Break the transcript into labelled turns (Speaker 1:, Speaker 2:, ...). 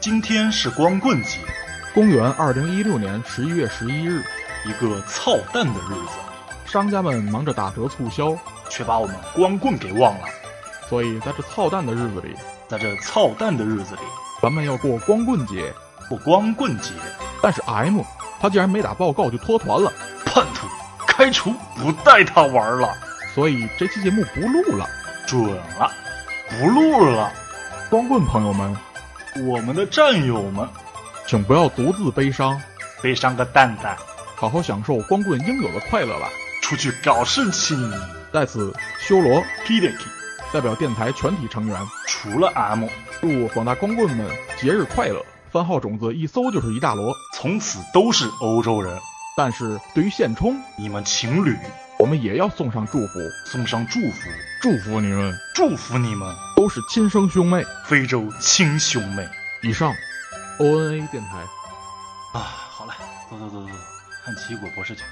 Speaker 1: 今天是光棍节，
Speaker 2: 公元二零一六年十一月十一日，
Speaker 1: 一个操蛋的日子，
Speaker 2: 商家们忙着打折促销，
Speaker 1: 却把我们光棍给忘了。
Speaker 2: 所以在这操蛋的日子里，
Speaker 1: 在这操蛋的日子里，
Speaker 2: 咱们要过光棍节。
Speaker 1: 过光棍节，
Speaker 2: 但是 M 他竟然没打报告就脱团了，
Speaker 1: 叛徒开除，不带他玩了，
Speaker 2: 所以这期节目不录了。
Speaker 1: 准了，不录了。
Speaker 2: 光棍朋友们，
Speaker 1: 我们的战友们，
Speaker 2: 请不要独自悲伤，
Speaker 1: 悲伤个蛋蛋，
Speaker 2: 好好享受光棍应有的快乐吧。
Speaker 1: 出去搞事情。
Speaker 2: 在此，修罗
Speaker 1: p i d k
Speaker 2: 代表电台全体成员，
Speaker 1: 除了 M，
Speaker 2: 祝广大光棍们节日快乐。番号种子一搜就是一大摞，
Speaker 1: 从此都是欧洲人。
Speaker 2: 但是对于现充，
Speaker 1: 你们情侣
Speaker 2: 我们也要送上祝福，
Speaker 1: 送上祝福，
Speaker 2: 祝福你们
Speaker 1: 祝福你们
Speaker 2: 都是亲生兄妹。
Speaker 1: 非洲亲兄妹。
Speaker 2: 以上，O N A 电台。
Speaker 1: 啊，好嘞，走走走走，看奇异果博士去。